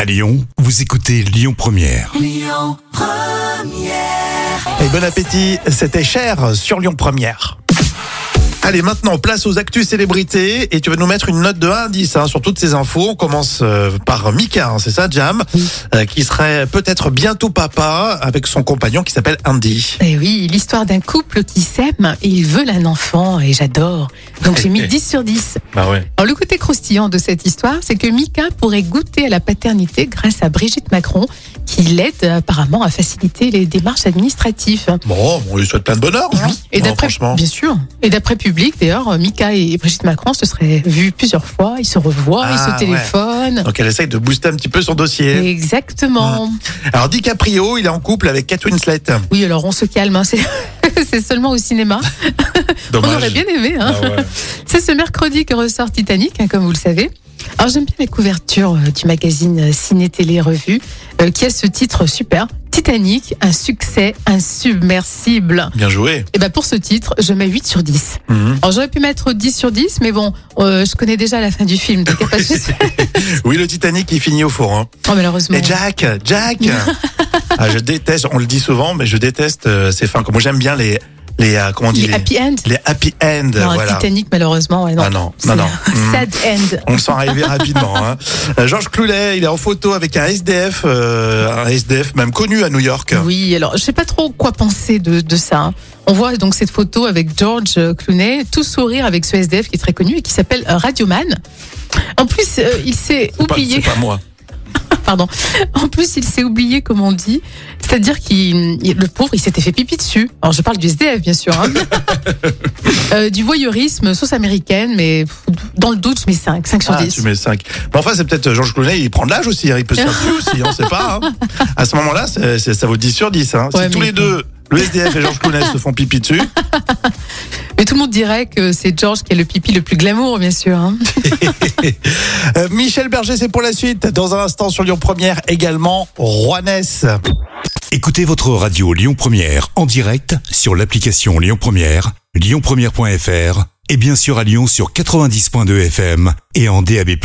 À Lyon, vous écoutez Lyon Première. Et bon appétit, c'était cher sur Lyon Première. Allez, maintenant, place aux actus célébrités. Et tu vas nous mettre une note de 1 à 10 hein, sur toutes ces infos. On commence euh, par Mika, hein, c'est ça, Jam, euh, qui serait peut-être bientôt papa avec son compagnon qui s'appelle Andy. Eh oui, l'histoire d'un couple qui s'aime et ils veulent un enfant et j'adore. Donc j'ai mis 10 sur 10. Bah ouais. Alors le côté croustillant de cette histoire, c'est que Mika pourrait goûter à la paternité grâce à Brigitte Macron qui l'aide apparemment à faciliter les démarches administratives. Bon, on lui souhaite plein de bonheur. hein. Et Bon, d'après franchement. bien sûr. Et d'après public d'ailleurs, Mika et Brigitte Macron se seraient vus plusieurs fois, ils se revoient, Ah, ils se ouais. téléphonent. Donc elle essaye de booster un petit peu son dossier. Exactement. Alors DiCaprio, il est en couple avec Kate Winslet. Oui, alors on se calme, hein, c'est c'est seulement au cinéma. On aurait bien aimé. Ah Hein. C'est ce mercredi que ressort Titanic, hein, comme vous le savez. Alors j'aime bien la couverture euh, du magazine euh, Ciné Télé Revue, euh, qui a ce titre super. Titanic, un succès insubmersible. Bien joué. Et ben pour ce titre, je mets 8 sur 10. Mhm. Alors j'aurais pu mettre 10 sur 10, mais bon, euh, je connais déjà la fin du film, donc il y a pas de souci. Oui, le Titanic, il finit au four. hein. Oh, malheureusement. Et Jack, Jack Ah, Je déteste, on le dit souvent, mais je déteste euh, ces fins. Moi, j'aime bien les, les euh, comment on dit, Il est les, happy end. les happy end. Non, Euh, voilà. Titanic, malheureusement. ouais, non. Ah non, C'est non, non. un Mhm. Sad end. On le sent arriver rapidement. Hein. Euh, Georges Cloulet, il est en photo avec un SDF, euh, un SDF même connu à New York. Oui, alors je sais pas trop quoi penser de, de ça. hein. On voit donc cette photo avec George euh, Clooney, tout sourire avec ce SDF qui est très connu et qui s'appelle euh, Radioman. En plus, euh, il s'est Pas- C'est oublié. pas moi. Pardon. En plus, il s'est oublié, comme on dit. C'est-à-dire qu'il, il- le pauvre, il s'était fait pipi dessus. Alors, je parle du SDF, bien sûr. hein. Euh, du voyeurisme, sauce américaine, mais pff, dans le doute, je mets 5, 5 sur Ah, 10. tu mets 5. Mais enfin, c'est peut-être euh, Georges Clounet, il prend de l'âge aussi, hein, il peut se faire vieux aussi, on sait pas. hein. À ce moment-là, c'est- c'est- ça vaut 10 sur 10. Hein. Ouais, si tous mais- les deux, le SDF et Georges Clounet se font pipi dessus, Mais tout le monde dirait que c'est George qui est le pipi le plus glamour, bien sûr. hein. Euh, Michel Berger, c'est pour la suite. Dans un instant sur Lyon Première, également Rouenesse. Écoutez votre radio Lyon Première en direct sur l'application Lyon Première, lyonpremière.fr et bien sûr à Lyon sur 90.2 FM et en DAB+.